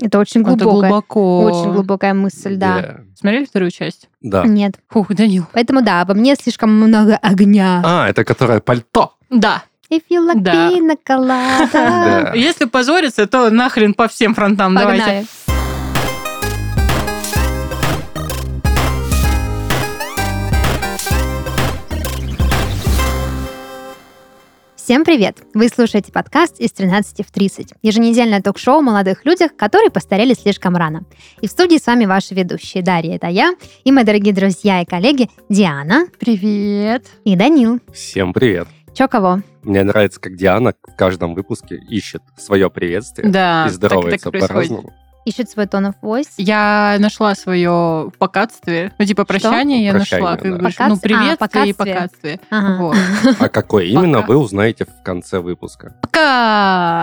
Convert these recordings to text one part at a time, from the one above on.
Это очень Это глубокая, глубоко. очень глубокая мысль, да. Смотрели вторую часть? Да. Нет. Фух, Данил. Поэтому да, во мне слишком много огня. А, это которое пальто. Да. If you like Да. pina colada. Да. Если позориться, то нахрен по всем фронтам. Давайте. Погнали. Всем привет! Вы слушаете подкаст «Из 13 в 30» — еженедельное ток-шоу о молодых людях, которые постарели слишком рано. И в студии с вами ваши ведущие Дарья, это я, и мои дорогие друзья и коллеги Диана Привет. и Данил. Всем привет. Чё кого? Мне нравится, как Диана в каждом выпуске ищет свое приветствие Да. и здоровается так это происходит. по-разному. Ищет свой тон of voice? Я нашла свое покатствие. Ну, типа, прощание я Прощание, нашла. Ты да. говоришь, Покатс- ну, привет а, и покатствие. покатствие. Ага. Вот. А какое именно, Пока. вы узнаете в конце выпуска. А,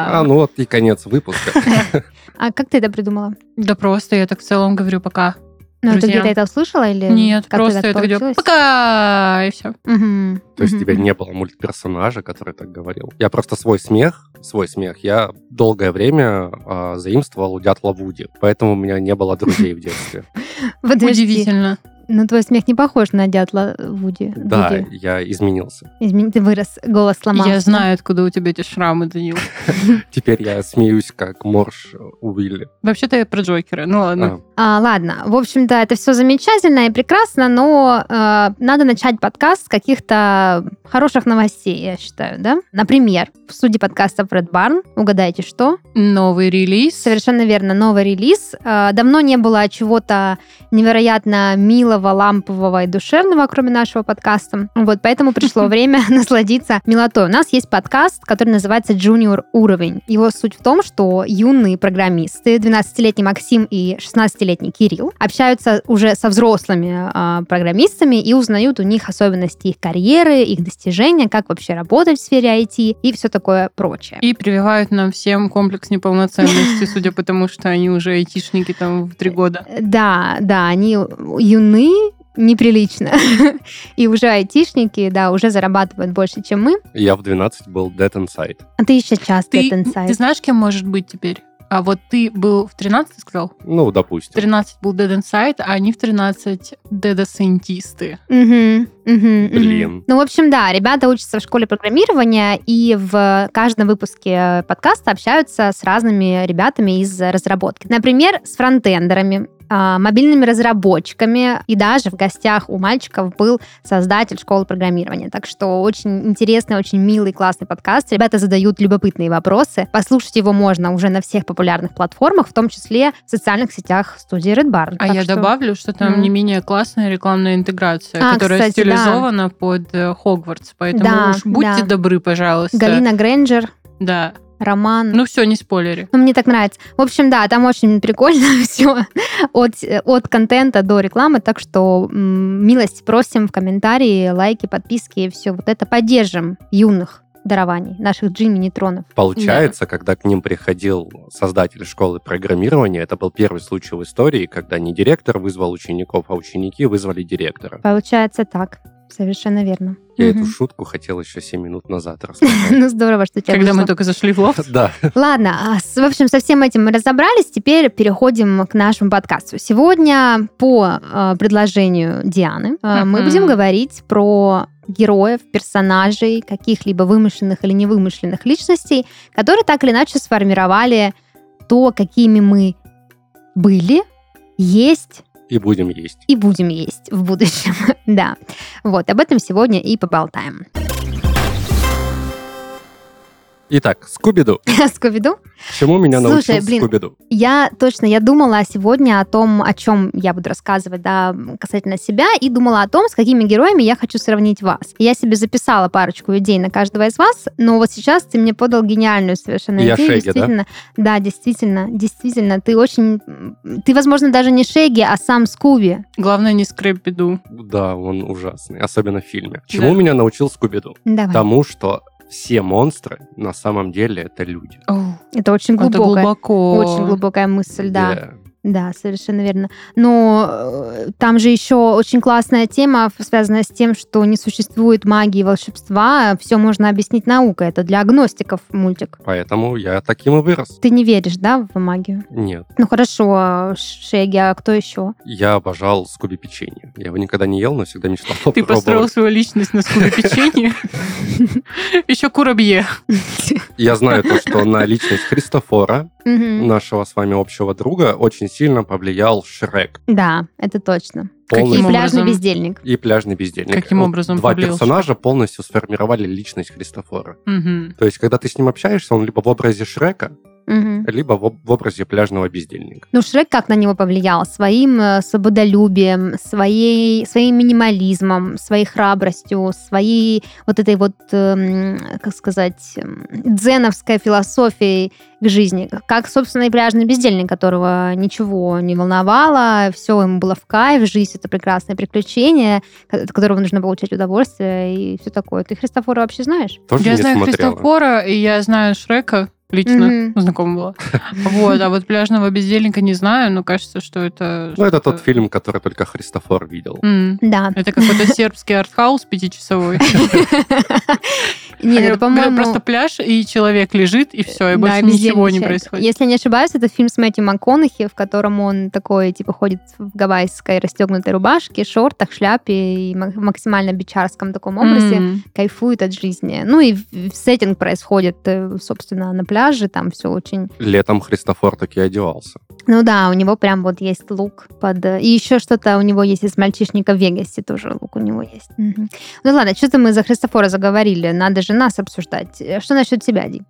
Пока! ну вот и конец выпуска. А как ты это придумала? Да просто я так в целом говорю пока. Ну, ты Друзья. где-то это услышала или Нет, как-то просто так это идет Эм, получилось? пока, и все. Мгм. То есть Мгм. тебя не было мультперсонажа, который так говорил. Я просто свой смех, свой смех, я долгое время а, заимствовал у Дятла Вуди. Поэтому у меня не было друзей в детстве. Подожди. Удивительно. Ну, твой смех не похож на дятла Вуди. Да, Вуди. я изменился. Извини, ты вырос, голос сломался. Я знаю, откуда у тебя эти шрамы, Данил. Теперь я смеюсь, как морж у Вилли. Вообще-то я про Джокера. Ну ладно. А, А, ладно, в общем-то, это все замечательно и прекрасно, но э, надо начать подкаст с каких-то хороших новостей, я считаю, да? Например, в студии подкаста Фред Барн, угадайте, что? Новый релиз. Совершенно верно, новый релиз. Э, Давно не было чего-то невероятно милого, лампового и душевного, кроме нашего подкаста. Вот, поэтому пришло время насладиться милотой. У нас есть подкаст, который называется «Junior уровень». Его суть в том, что юные программисты, 12-летний Максим и 16-летний Кирилл, общаются уже со взрослыми э, программистами и узнают у них особенности их карьеры, их достижения, как вообще работать в сфере IT и все такое прочее. И прививают нам всем комплекс неполноценности, судя по тому, что они уже айтишники там в три Э, года. Да, да, они юны, неприлично. И уже айтишники, да, уже зарабатывают больше, чем мы. Я в 12 был Dead Inside. А ты еще часто Ты, Dead Inside. ты знаешь, кем может быть теперь? А вот ты был в 13, сказал? Ну, В допустим. 13 был Dead Inside, а они в 13 дедосентисты. Мгм, мгм, мгм. Блин. Ну, в общем, да, ребята учатся в школе программирования и в каждом выпуске подкаста общаются с разными ребятами из разработки. Например, с фронтендерами, а, мобильными разработчиками и даже в гостях у мальчиков был создатель школы программирования. Так что очень интересный, очень милый, классный подкаст. Ребята задают любопытные вопросы. Послушать его можно уже на всех популярных платформах, в том числе в социальных сетях студии Red Barn. А Так я что- добавлю, что там Мгм. не менее классная рекламная интеграция, А, которая кстати, да. стилизована под э, Хогвартс. Поэтому Да, уж будьте да. добры, пожалуйста. Галина Грэнджер, Да. Роман... Ну все, не спойлери. Ну, мне так нравится. В общем, да, там очень прикольно все. От, от контента до рекламы. Так что м, милость просим в комментарии, лайки, подписки и все вот это. Поддержим юных дарований, наших Джимми Нейтронов. Получается, когда к ним приходил создатель школы программирования, это был первый случай в истории, когда не директор вызвал учеников, а ученики вызвали директора. Получается так. Совершенно верно. Я Мгм. эту шутку хотел еще 7 минут назад рассказать. Ну, здорово, что у тебя Когда мы вышло. только зашли в лофт. Да. Ладно, а с- в общем, со всем этим мы разобрались. Теперь переходим к нашему подкасту. Сегодня по э, предложению Дианы э, мы Мгм. будем говорить про героев, персонажей, каких-либо вымышленных или невымышленных личностей, которые так или иначе сформировали то, какими мы были, есть И будем есть. и будем есть в будущем. да. Вот, об этом сегодня и поболтаем. Итак, Скуби-Ду. Скуби-Ду? Чему меня Слушай, научил блин. Скуби-Ду? Я точно, я думала сегодня о том, о чем я буду рассказывать, да, касательно себя, и думала о том, с какими героями я хочу сравнить вас. Я себе записала парочку идей на каждого из вас, но вот сейчас ты мне подал гениальную совершенно Я идею. Шеги, да? действительно, да? действительно, действительно, ты очень, ты, возможно, даже не Шеги, а сам Скуби. Главное, не скрепь беду. Да, он ужасный, особенно в фильме. Чему Да. меня научил Скуби-Ду? Давай. Тому, что все монстры на самом деле это люди. Оу, Это очень это глубокая, глубоко. очень глубокая мысль, да. Да. Да, совершенно верно. Но э, там же еще очень классная тема, ф- связанная с тем, что не существует магии и волшебства, все можно объяснить наукой. Это для агностиков мультик. Поэтому я таким и вырос. Ты не веришь, да, в магию? Нет, Ну хорошо, Шеги, а кто еще? я обожал скуби печенье. Я его никогда не ел, но всегда мечтал Ты попробовать. построил свою личность на скуле печенье. Еще курабье. Я знаю то, что на личность Христофора, Мгм. нашего с вами общего друга, очень сильно повлиял Шрек. Да, это точно. Каким И Полностью. пляжный образом? бездельник. И пляжный бездельник. Каким Вот образом Два повлиял персонажа полностью сформировали личность Христофора. Мгм. То есть, когда ты с ним общаешься, он либо в образе Шрека, Мгм. либо в, об- в образе пляжного бездельника. Ну, Шрек как на него повлиял? Своим э, свободолюбием, своей, своим минимализмом, своей храбростью, своей вот этой вот, эм, как сказать, эм, дзеновской философией к жизни. Как, собственно, и пляжный бездельник, которого ничего не волновало, все ему было в кайф, жизнь — это прекрасное приключение, ко- от которого нужно получать удовольствие и все такое. Ты Христофора вообще знаешь? Тоже Я не знаю смотрела. Христофора, и я знаю Шрека лично. Мгм. Знакома была. Вот, а вот пляжного бездельника не знаю, но кажется, что это... Ну, это тот что-то- фильм, который только Христофор видел. М. Да. Это какой-то сербский артхаус пятичасовой. Нет, это, по-моему... Просто пляж, и человек лежит, и все, и Да, Э, больше бездельный ничего не человек. происходит. Если я не ошибаюсь, это фильм с Мэтью МакКонахи, в котором он такой, типа, ходит в гавайской расстегнутой рубашке, шортах, шляпе и мак- максимально бичарском таком образе, М. кайфует от жизни. Ну и в- в сеттинг происходит, э, собственно, на пляже, там все очень... Летом Христофор таки одевался. Ну да, у него прям вот есть лук под... э, И еще что-то у него есть из «Мальчишника в Вегасе» тоже лук у него есть. Мгм. Ну ладно, что-то мы за Христофора заговорили, надо же нас обсуждать. Э, Что насчет тебя, Ди?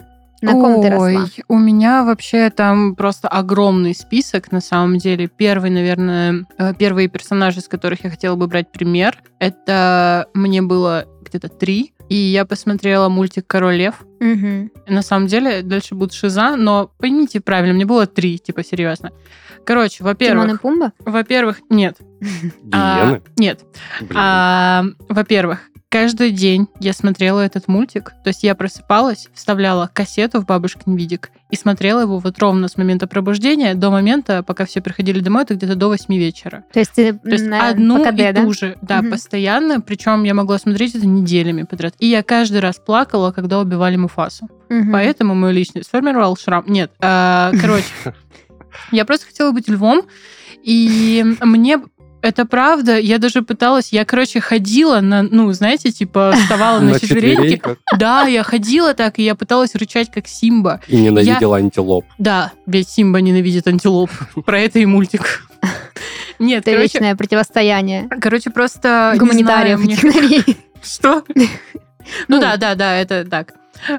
На ком ты росла? Ой, у меня вообще там просто огромный список, на самом деле. Первый, наверное, э, первые персонажи, с которых я хотела бы брать пример, это мне было где-то три, и я посмотрела мультик «Король лев». Мгм. На самом деле, дальше будут шиза, но поймите правильно, мне было три, типа, серьезно. Короче, Тимон и во-первых, Пумба? во-первых, нет. а, Гиены? нет, Блин. А, во-первых, каждый день я смотрела этот мультик. То есть я просыпалась, вставляла кассету в бабушкин видик и смотрела его вот ровно с момента пробуждения до момента, пока все приходили домой, это где-то до 8 вечера. То есть, ты То есть на одну ПКД, и да? ту же, да, Мгм. постоянно. Причем я могла смотреть это неделями подряд. И я каждый раз плакала, когда убивали Муфасу. Мгм. Поэтому мою личность сформировал шрам. Нет, э, короче, я просто хотела быть львом, и мне это правда, я даже пыталась, я, короче, ходила на, ну, знаете, типа, вставала на четвереньки. четвереньках Да, я ходила так, и я пыталась рычать, как Симба. И ненавидела антилоп. Да, ведь Симба ненавидит антилоп. Про это и мультик. Нет, Это короче, вечное противостояние короче, просто... не гуманитариев знаю, мне- Что? Ну да, да, да, это так.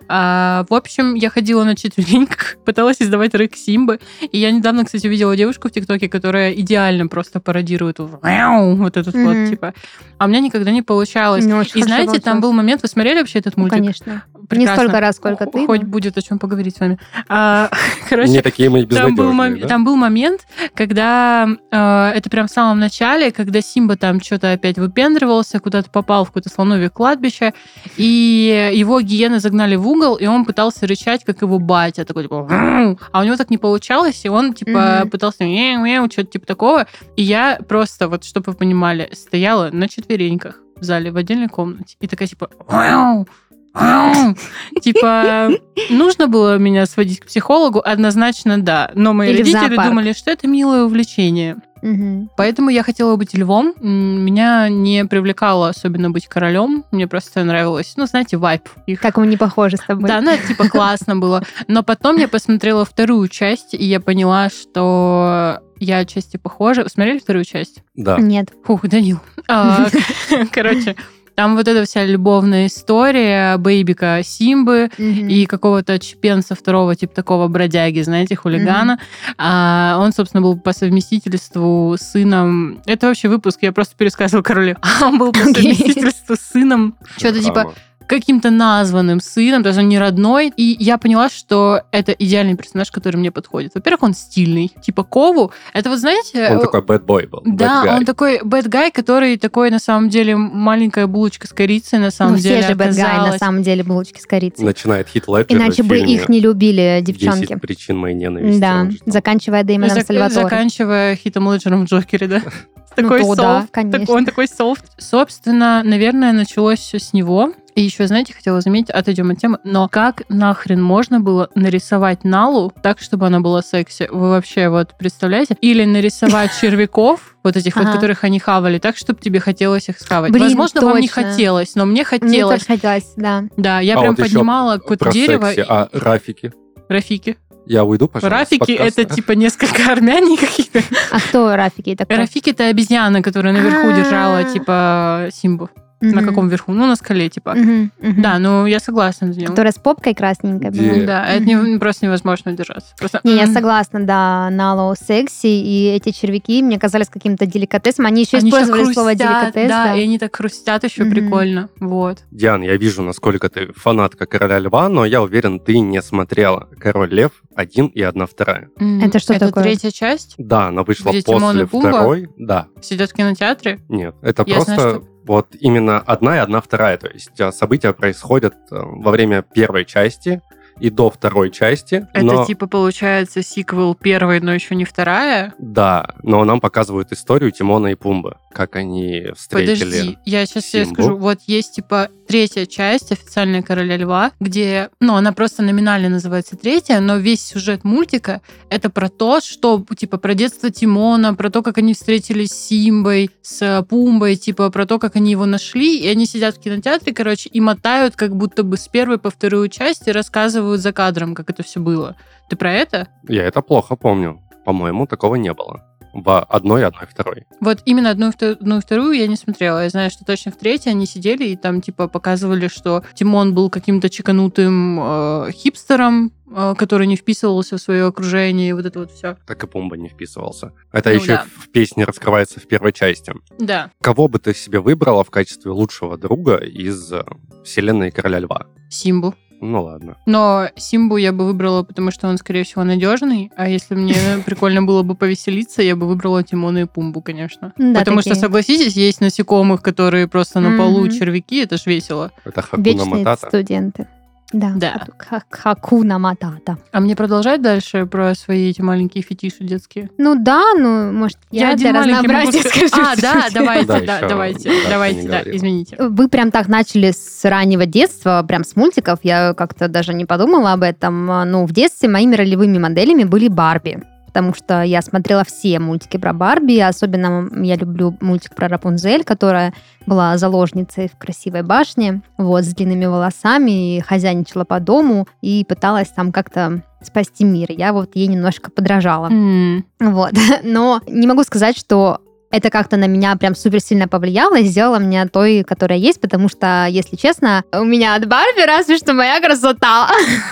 А, в общем, я ходила на четвереньках, пыталась издавать рык Симбы. И я недавно, кстати, увидела девушку в ТикТоке, которая идеально просто пародирует «Мяу!» вот этот Мгм. вот, типа. А у меня никогда не получалось. И знаете, там был момент, вы смотрели вообще этот мультик? Ну, конечно. Ну, Прекрасно. Не столько раз, сколько ты. Хоть но- будет о чем поговорить с вами. А, короче, Не такие мы и там был, мом- безнадежные, да? там был момент, когда э, это прям в самом начале, когда Симба там что-то опять выпендривался, куда-то попал в какое-то слоновье кладбище, и его гиены загнали в угол, и он пытался рычать, как его батя, такой типа, «Мяу». а у него так не получалось, и он типа Мгм. пытался мяу, мяу, что-то типа такого, и я просто, вот чтобы вы понимали, стояла на четвереньках в зале в отдельной комнате, и такая типа, «Мяу, мяу». типа, Нужно было меня сводить к психологу? Однозначно да. Но мои Или в родители зоопарк. думали, что это милое увлечение. Мгм. Поэтому я хотела быть львом. М, Меня не привлекало особенно быть королем. Мне просто нравилось, ну, знаете, вайп их. Как мы не похожи с тобой. Да, ну, это типа классно было. Но потом я посмотрела вторую часть, и я поняла, что я отчасти похожа. Смотрели вторую часть? Да. Нет. Фух, Данил. А, к- Короче, там вот эта вся любовная история Бэйбика Симбы, Мгм. Ну, и какого-то чепенца второго, типа такого бродяги, знаете, хулигана. А, он, собственно, был по совместительству сыном... А, Это вообще выпуск, я просто пересказывала королю. Он был по Окей. совместительству сыном что-то типа Шрама. каким-то названным сыном, то есть он не родной. И я поняла, что это идеальный персонаж, который мне подходит. Во-первых, он стильный, типа Кову. Это вот, знаете... Он э, такой бэтбой был. да, bad guy. он такой бэтгай, который такой, на самом деле, маленькая булочка с корицей, на самом Ну, деле, все же бэтгай, на оказалась. самом деле, булочки с корицей. Начинает хит Леджера Иначе в бы фильме их не любили девчонки. 10 причин моей ненависти. Да, Он же там- заканчивая Ну, Дэймоном зак- Сальваторе. Заканчивая хитом Леджером в Джокере, да? Ну, Такой то да, софт. Так- он конечно. такой софт. Собственно, наверное, началось все с него. И еще, знаете, хотела заметить, отойдем от темы, но как нахрен можно было нарисовать Налу так, чтобы она была секси? Вы вообще вот представляете? Или нарисовать червяков, вот этих вот, Ага. которых они хавали, так, чтобы тебе хотелось их схавать. Блин, Возможно, вам не точно. хотелось, но мне Мне хотелось. тоже хотелось, да. Да, я А прям вот еще поднимала какое-то Про дерево. секси, и- а Рафики? Рафики. Я уйду, пожалуйста. Рафики — с подкаста. это типа несколько армяне какие-то. А кто Рафики такой? Рафики Э, это обезьяна, которая наверху А. держала, типа, Симбу. На Мгм. каком верху? Ну, на скале, типа. Мгм, мгм. Да, ну, я согласна с ним. Которая с попкой красненькой была. Где? Да, это не- просто невозможно удержаться. Просто, Не, я м, согласна, да, Нало секси, и эти червяки мне казались каким-то деликатесом. Они еще они ещё использовали слово хрустят, деликатес, Да, да. и они так хрустят еще Мгм. прикольно. Вот. Диан, я вижу, насколько ты фанатка Короля Льва, но я уверен, ты не смотрела Король Лев 1 и 1 вторая. М, Это что это такое? третья часть. Да, она вышла Где после Тимон и Пумба? второй. Да, Сидят в кинотеатре. нет, это Я просто знаю, что- вот именно одна и одна вторая. То есть а, события происходят э, во время первой части и до второй части. Это но... типа получается сиквел первой, но еще не вторая. Да, но нам показывают историю Тимона и Пумбы, как они встретили. Подожди, я сейчас тебе Симбу. скажу. Вот есть, типа, третья часть официальная «Короля льва», где, ну, она просто номинально называется третья, но весь сюжет мультика — это про то, что, типа, про детство Тимона, про то, как они встретились с Симбой, с э, Пумбой, типа, про то, как они его нашли, и они сидят в кинотеатре, короче, и мотают как будто бы с первой по вторую часть и рассказывают за кадром, как это все было. Ты про это? Я это плохо помню. По-моему, такого не было. В одной, одной, второй. Вот именно одну и вто- одну и вторую я не смотрела. Я знаю, что точно в третьей они сидели и там типа показывали, что Тимон был каким-то чеканутым э, хипстером, э, который не вписывался в свое окружение и вот это вот все. Так и Пумба не вписывался. Это Ну еще да. в песне раскрывается в первой части. Да. Кого бы ты себе выбрала в качестве лучшего друга из э, вселенной Короля Льва? Симбу. Ну ладно. Но Симбу я бы выбрала, потому что он, скорее всего, надежный. А если мне прикольно было бы повеселиться, я бы выбрала Тимона и Пумбу, конечно. Да, Потому такие. что, согласитесь, есть насекомых, которые просто на полу Мгм. червяки, это ж весело. Это Хакуна Вечные Матата. студенты. Да. Да. Хату- ха- Хакуна Матата. А мне продолжать дальше про свои эти маленькие фетиши детские? Ну да, ну, может, я, один для маленький разнообразия могу сказать. скажу. А, да, что-нибудь. давайте, Да, да, ещё давайте, Даша не давайте, да, говорила. извините. Э, Вы прям так начали с раннего детства, прям с мультиков. Я как-то даже не подумала об этом. Ну, в детстве моими ролевыми моделями были Барби. Потому что я смотрела все мультики про Барби. Особенно я люблю мультик про Рапунзель, которая была заложницей в красивой башне. Вот, с длинными волосами. И хозяйничала по дому. И пыталась там как-то спасти мир. Я вот ей немножко подражала. М, Вот. Но не могу сказать, что это как-то на меня прям супер сильно повлияло и сделало меня той, которая есть, потому что, если честно, у меня от Барби разве что моя красота.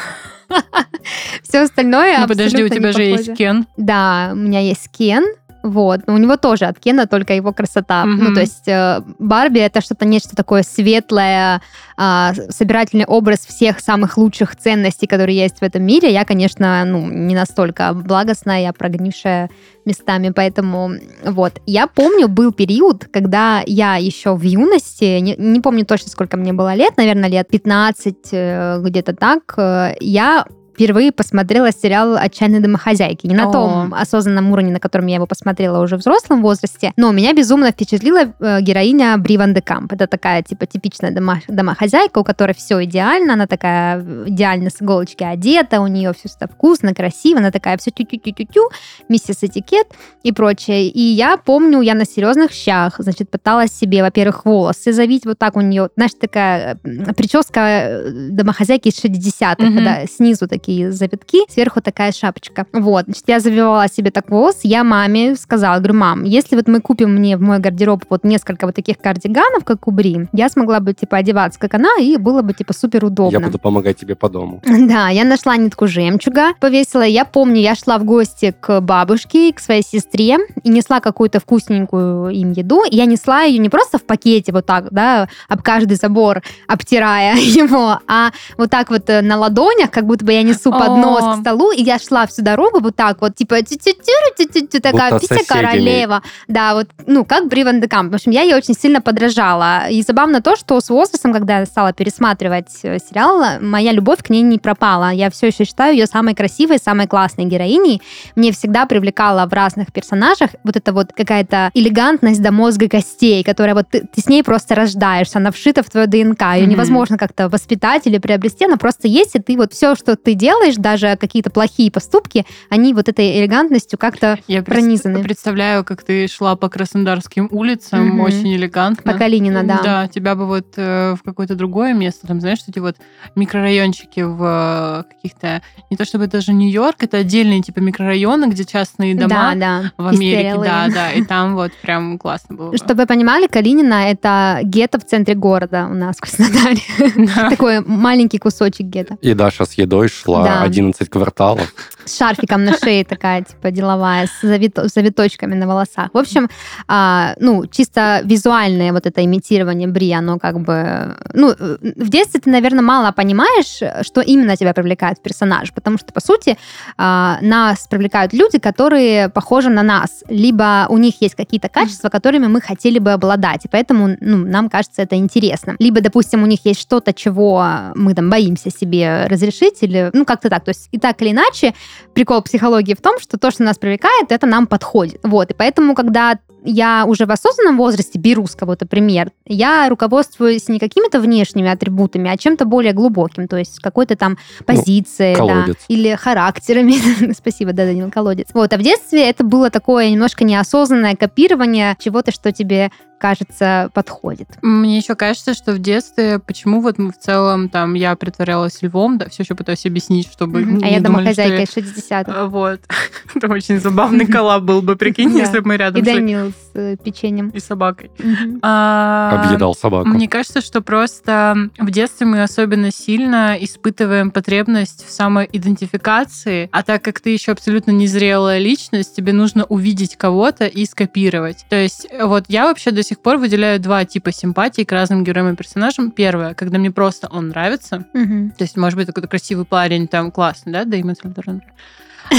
Все остальное Ну, подожди, у абсолютно тебя не же есть похоже. Кен. Да, у меня есть Кен. Вот, но у него тоже от Кена только его красота. Мгм. Ну, то есть э, Барби это что-то нечто такое светлое, а, с- собирательный образ всех самых лучших ценностей, которые есть в этом мире. Я, конечно, ну, не настолько благостная, я прогнившая местами, поэтому вот. Я помню, был период, когда я еще в юности, не, не помню точно, сколько мне было лет, наверное, лет 15, э, где-то так, э, я впервые посмотрела сериал «Отчаянные домохозяйки». Не на О. том осознанном уровне, на котором я его посмотрела уже в взрослом возрасте, но меня безумно впечатлила э, героиня Бри Ван де Камп. Это такая, типа, типичная дома- домохозяйка, у которой все идеально, она такая э, идеально с иголочки одета, у нее все вкусно, красиво, она такая все тю-тю-тю-тю-тю, миссис этикет и прочее. И я помню, я на серьезных щах, значит, пыталась себе, во-первых, волосы завить, вот так у нее, знаешь, такая э, прическа э, домохозяйки из 60-х, Мгм. когда снизу такие такие завитки, сверху такая шапочка. Вот, значит, я завивала себе так волос, я маме сказала, говорю, мам, если вот мы купим мне в мой гардероб вот несколько вот таких кардиганов, как у Бри, я смогла бы, типа, одеваться, как она, и было бы, типа, супер удобно. Я буду помогать тебе по дому. Да, я нашла нитку жемчуга, повесила. Я помню, я шла в гости к бабушке, к своей сестре, и несла какую-то вкусненькую им еду. И я несла ее не просто в пакете вот так, да, об каждый забор, обтирая его, а вот так вот э, на ладонях, как будто бы я несу О. поднос к столу, и я шла всю дорогу вот так вот, типа, тю-тю-тю, тю-тю-тю, такая Будто пися соседями. королева. Да, вот, ну, как Бри Ван де Камп. В общем, я ей очень сильно подражала. И забавно то, что с возрастом, когда я стала пересматривать э, сериал, моя любовь к ней не пропала. Я все еще считаю ее самой красивой, самой классной героиней. Мне всегда привлекала в разных персонажах вот эта вот какая-то элегантность до мозга костей, которая вот ты, ты с ней просто рождаешься, она вшита в твою ДНК, ее Мгм. невозможно как-то воспитать или приобрести, она просто есть, и ты вот все, что ты делаешь, даже какие-то плохие поступки, они вот этой элегантностью как-то Я пред- пронизаны. представляю, как ты шла по Краснодарским улицам, Мгм. очень элегантно. по Калинина, да. Да, тебя бы вот э, в какое-то другое место, там, знаешь, эти вот микрорайончики в э, каких-то, не то чтобы даже Нью-Йорк, это отдельные типа микрорайоны, где частные дома да, да. в Америке, Истерила да, им. да, и там вот прям классно было. бы. Чтобы вы понимали, Калинина — это гетто в центре города у нас в Краснодаре. Да. Такой маленький кусочек гетто. И Даша с едой шла Да. 11 кварталов. С шарфиком на шее такая, типа, деловая, с завито- с завиточками на волосах. В общем, а, ну, чисто визуальное вот это имитирование Бри, оно как бы... Ну, э, в детстве ты, наверное, мало понимаешь, что именно тебя привлекает в персонаж, потому что, по сути, а, нас привлекают люди, которые похожи на нас, либо у них есть какие-то качества, которыми мы хотели бы обладать, и поэтому ну, нам кажется это интересно. Либо, допустим, у них есть что-то, чего мы там боимся себе разрешить, или ну как-то так. То есть и так или иначе прикол психологии в том, что то, что нас привлекает, это нам подходит. Вот, и поэтому, когда я уже в осознанном возрасте беру с кого-то пример, я руководствуюсь не какими-то внешними атрибутами, а чем-то более глубоким, то есть какой-то там позицией, да, колодец. или характерами. Спасибо, да, Данил, колодец. Вот, а в детстве это было такое немножко неосознанное копирование чего-то, что тебе кажется, подходит. Мне еще кажется, что в детстве, почему вот мы в целом, там, я притворялась львом, да, все еще пытаюсь объяснить, чтобы... Мгм. А не я думали, что домохозяйка из 60-х. А, Вот. Это очень забавный коллаб был бы, прикинь, Да. если бы мы И рядом шли. Данил с э, печеньем. И собакой. Мгм. А, Объедал собаку. Мне кажется, что просто в детстве мы особенно сильно испытываем потребность в самоидентификации, а так как ты еще абсолютно незрелая личность, тебе нужно увидеть кого-то и скопировать. То есть э, вот я вообще до сих пор выделяю два типа симпатии к разным героям и персонажам. Первое, когда мне просто он нравится, Мгм. то есть, может быть, такой красивый парень, там, классный, да, Дэймон Сальваторе.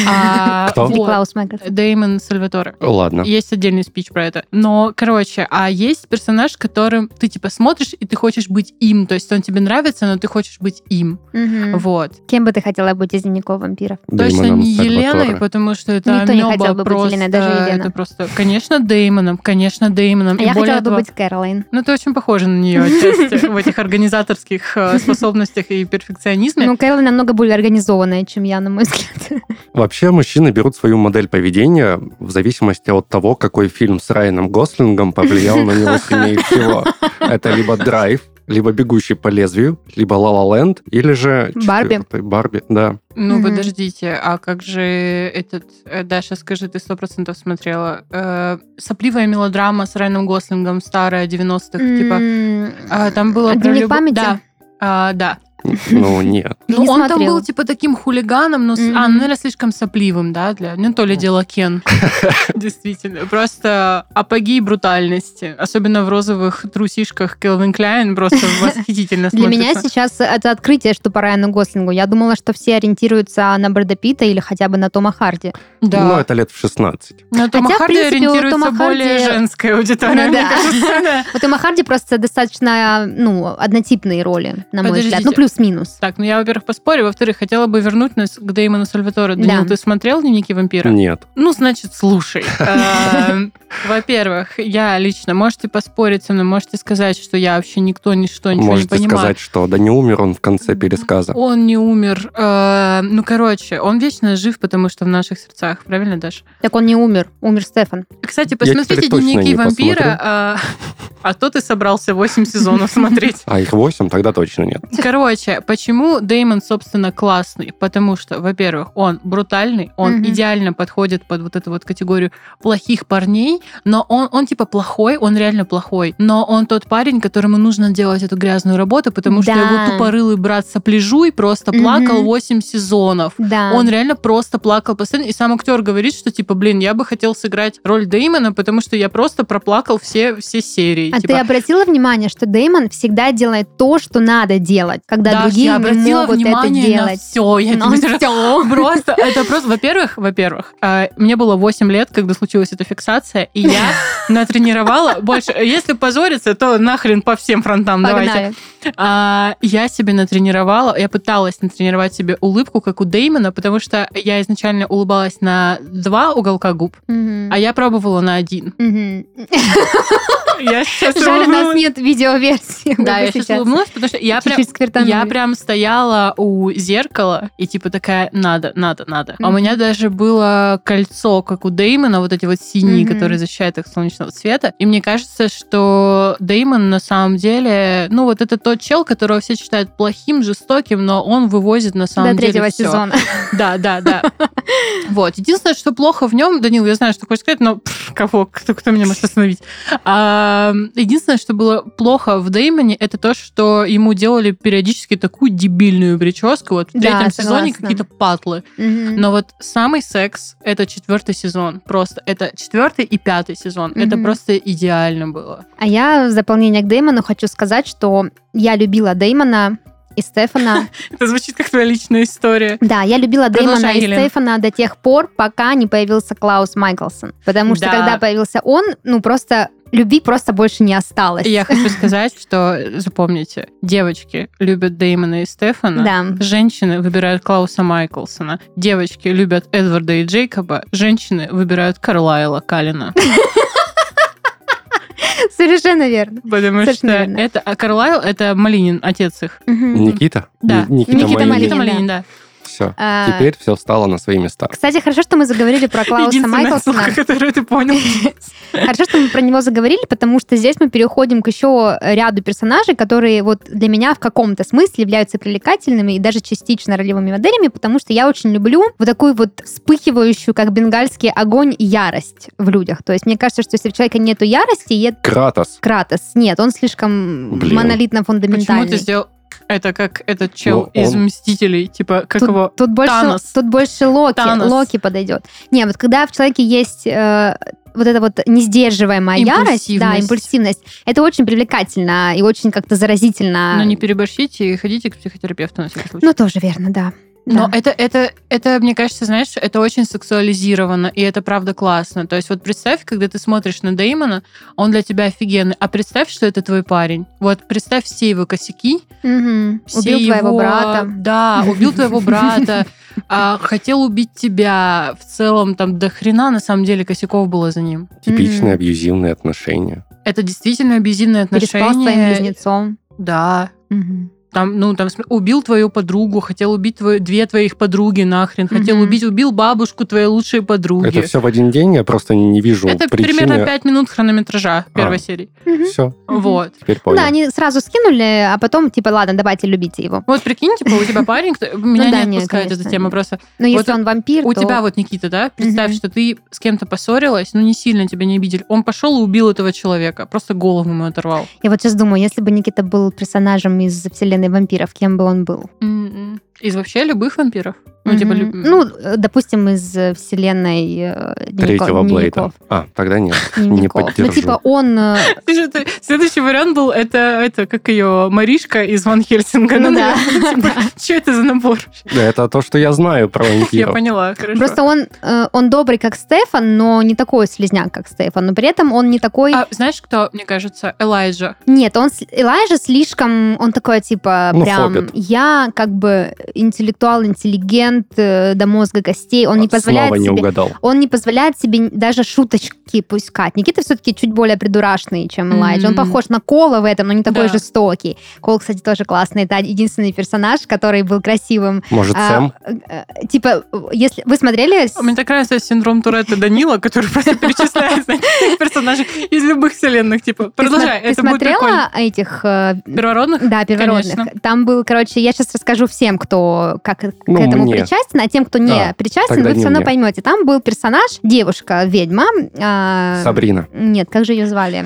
А, Кто? Или вот. Клаус Мэггер. Дэймон Сальваторе. Ладно. Есть отдельный спич про это. Но, короче, а есть персонаж, которым ты, типа, смотришь, и ты хочешь быть им. То есть он тебе нравится, но ты хочешь быть им. Мгм. Вот. Кем бы ты хотела быть из дневников вампиров? Точно Дэймоном не Сальваторе. Еленой, потому что это Никто не хотел амеба бы быть просто. Еленой, даже Елена. Это просто, конечно, Дэймоном, конечно, Дэймоном. А И я более хотела бы того- быть Кэролайн. Ну, ты очень похожа на нее отчасти в этих организаторских э, способностях и перфекционизме. Ну, Кэролайн намного более организованная, чем я, на мой взгляд. Вообще мужчины берут свою модель поведения в зависимости от того, какой фильм с Райаном Гослингом повлиял на него сильнее всего. Это либо «Драйв», либо «Бегущий по лезвию», либо «Ла-Ла Ленд», или же... Барби. четвертый «Барби», да. Ну, Мгм. подождите, а как же этот... э, Даша, скажи, ты сто процентов смотрела. э, сопливая мелодрама с Райаном Гослингом, старая, 90-х, типа... М, а, там было про Дневник любовь- памяти? Да. А, да. Ну, нет. Я ну, не он там смотрела. был типа таким хулиганом, но... с- Мгм. А, ну, наверное, слишком сопливым, да, для... Ну, то ли дело Кен. Действительно. Просто апогей брутальности. Особенно в розовых трусишках Келвин Кляйн просто восхитительно Для смотрится. меня сейчас это открытие, что по Райану Гослингу. Я думала, что все ориентируются на Брэда Питта или хотя бы на Тома Харди. Да. Ну, это лет в 16. На Ну, Тома Хотя, в Харди принципе, у ориентируется Тома более Харди- женская аудитория, Ну мне да. кажется. да. У Тома Харди просто достаточно, ну, однотипные роли, на мой взгляд. Подождите. Ну, плюс-минус. Так, ну я, во-первых, поспорю, во-вторых, хотела бы вернуть нас к Дэймону Сальваторе. Да. Данил, ты смотрел «Дневники вампира»? Нет. Ну, значит, слушай. Эм, Во-первых, я лично, можете поспорить со мной, можете сказать, что я вообще никто, ничто, ничего не Можете понимаю. сказать, что да не умер он в конце пересказа. Он не умер. Эм, Ну, короче, он вечно жив, потому что в наших сердцах. Правильно, Даша? Так он не умер. Умер Стефан. Кстати, теперь посмотрите точно «Дневники не вампира». э, А то ты собрался 8 сезонов смотреть. А их 8 тогда точно нет. Короче, Короче, почему Деймон, собственно, классный? Потому что, во-первых, он брутальный, он Мгм. идеально подходит под вот эту вот категорию плохих парней, но он, он типа плохой, он реально плохой, но он тот парень, которому нужно делать эту грязную работу, потому что Да. его тупорылый брат сопляжуй просто Мгм. плакал 8 сезонов. Да. Он реально просто плакал постоянно. И сам актер говорит, что типа, блин, я бы хотел сыграть роль Деймона, потому что я просто проплакал все, все серии. А Типа, ты обратила внимание, что Деймон всегда делает то, что надо делать, когда «Даш, другие я не обратила могут внимание это на делать. все. Я Но он типа тебе всё. Просто, это просто, во-первых, во-первых, э, мне было 8 лет, когда случилась эта фиксация, и я натренировала больше. Если позориться, то нахрен по всем фронтам давайте. Погнали. А, я себе натренировала, я пыталась натренировать себе улыбку, как у Деймона, потому что я изначально улыбалась на два уголка губ, Мгм. а я пробовала на один. Мгм. Я сейчас Жаль, у нас улыбнулась. нет видеоверсии. Да, я сейчас сейчас улыбнулась, потому что я прям... чуть-чуть сквертанули. Я прям стояла у зеркала и типа такая, надо, надо, надо. А у Мгм. меня даже было кольцо, как у Деймона, вот эти вот синие, Мгм. которые защищают их от солнечного света. И мне кажется, что Деймон на самом деле, ну вот это тот чел, которого все считают плохим, жестоким, но он вывозит на самом до деле третьего всё. сезона. Да, да, да. Вот. Единственное, что плохо в нем, Данил, я знаю, что хочешь сказать, но пф, кого, кто, кто меня может остановить? А, единственное, что было плохо в Деймоне, это то, что ему делали периодически такую дебильную прическу. Вот в Да, третьем сезоне согласна. какие-то патлы. Мгм. Но вот самый секс — это четвертый сезон. Просто это четвертый и пятый сезон. Это Мгм. просто идеально было. А я в дополнение к Деймону хочу сказать, что я любила Деймона и Стефана. Это звучит как твоя личная история. Да, я любила Деймона Продолжай, и Елена. Стефана до тех пор, пока не появился Клаус Майклсон. Потому что Да. когда появился он, ну просто любви просто больше не осталось. И я хочу сказать, что запомните, девочки любят Деймона и Стефана, Да. Женщины выбирают Клауса Майклсона. Девочки любят Эдварда и Джейкоба. Женщины выбирают Карлайла Калина. Совершенно верно. Потому что Совершенно верно. это... А Карлайл — это Малинин, отец их. Мгм. Никита? Да. Ни- Никита, Никита Малинин. Малинин. да. Все. А, Теперь все встало на свои места. Кстати, хорошо, что мы заговорили про Клауса Единственная Майклсона. ссылка, которую ты понял. Хорошо, что мы про него заговорили, потому что здесь мы переходим к еще ряду персонажей, которые вот для меня в каком-то смысле являются привлекательными и даже частично ролевыми моделями, потому что я очень люблю вот такую вот вспыхивающую, как бенгальский огонь, ярость в людях. То есть мне кажется, что если у человека нету ярости, е- Кратос. Кратос. Нет, он слишком Блин. Почему монолитно-фундаментальный. ты сделал... Это как этот чел Ну, он- из «Мстителей». Типа, как Тут, его... тут больше, Танос. тут больше Локи, Танос. Локи подойдет. Не, вот когда в человеке есть э, вот эта вот несдерживаемая ярость, да, Импульсивность. импульсивность, это очень привлекательно и очень как-то заразительно. Но Ну, не переборщите и ходите к психотерапевту на всякий случай. Ну, тоже верно, да. Но Да. это, это, это, мне кажется, знаешь, это очень сексуализировано, и это правда классно. То есть вот представь, когда ты смотришь на Деймона, он для тебя офигенный, а представь, что это твой парень. Вот представь все его косяки, Мгм. все Убил твоего его- брата. Да, убил твоего брата, а, хотел убить тебя. В целом там до хрена на самом деле косяков было за ним. Типичные абьюзивные отношения. Это действительно абьюзивные Переспал с своим отношения. близнецом. Да, Мгм. там, ну, там, см- убил твою подругу, хотел убить твою, две твоих подруги нахрен, хотел Мгм. убить, убил бабушку твоей лучшей подруги. Это все в один день, я просто не вижу Это причины. примерно 5 минут хронометража первой А. серии. Мгм. Все, Мгм. Вот. теперь Ну Да, понял. они сразу скинули, а потом типа, ладно, давайте любите его. Вот прикинь, типа, у тебя парень, кто- меня да, не нет, отпускает эта конечно, тема нет. просто. Но Вот если он вампир, У то- тебя вот, Никита, да, представь, Мгм. что ты с кем-то поссорилась, ну, не сильно тебя не обидели. Он пошел и убил этого человека, просто голову ему оторвал. Я вот сейчас думаю, если бы Никита был персонажем из вселенной вампиров, кем бы он был? М-м. Из вообще любых вампиров. Ну, типа, Мгм. люб- Ну, э, допустим, из э, вселенной э, Третьего дневников- Блейда. А, тогда нет. дневников. Ну, поддержу. типа, он... э, Ты же- ты- Следующий вариант был, это, это как ее, Маришка из Ван Хельсинга. Ну да. Что это за набор? Да, Это то, что я знаю про Я вампиров. поняла, хорошо. Просто он, э, он добрый, как Стефан, но не такой слезняк, как Стефан. Но при этом он не такой... А знаешь, кто, мне кажется, Элайджа? Нет, он... с- Элайжа слишком... Он такой, типа, Ну, прям... хоббит. Я как бы интеллектуал, интеллигент, интеллигент э, до мозга костей, он не позволяет Слава не себе... угадал. Он не позволяет себе даже шуточки пускать. Никита все-таки чуть более придурашный, чем Элайджа. Он Мгм. похож на Кола в этом, но не Да. такой жестокий. Кол, кстати, тоже классный. Это единственный персонаж, который был красивым. Может, А, Сэм? э, э, типа, если вы смотрели... с- Мне так нравится синдром Туретта Данила, который просто перечисляет знаете, всех персонажей из любых вселенных. Типа, ты продолжай, смо- ты это будет прикольно. смотрела этих... э, Первородных? Да, первородных. Конечно. Там был, короче, я сейчас расскажу всем, кто как к Ну, этому мне. причастен, а тем, кто не Да, причастен, тогда вы не все равно мне. поймете. Там был персонаж, девушка, ведьма. а, Сабрина. Нет, как же ее звали?